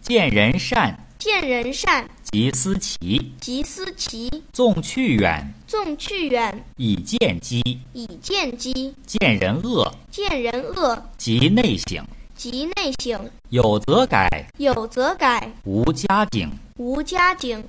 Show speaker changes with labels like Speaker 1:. Speaker 1: 见人善，
Speaker 2: 见人善，
Speaker 1: 即思齐；
Speaker 2: 即思齐；
Speaker 1: 纵去远，
Speaker 2: 纵去远，
Speaker 1: 以见机；
Speaker 2: 以见机；
Speaker 1: 见人恶，
Speaker 2: 见人恶，
Speaker 1: 即内省。
Speaker 2: 即内省。
Speaker 1: 有则改，
Speaker 2: 有则改，
Speaker 1: 无加警。
Speaker 2: 无加警。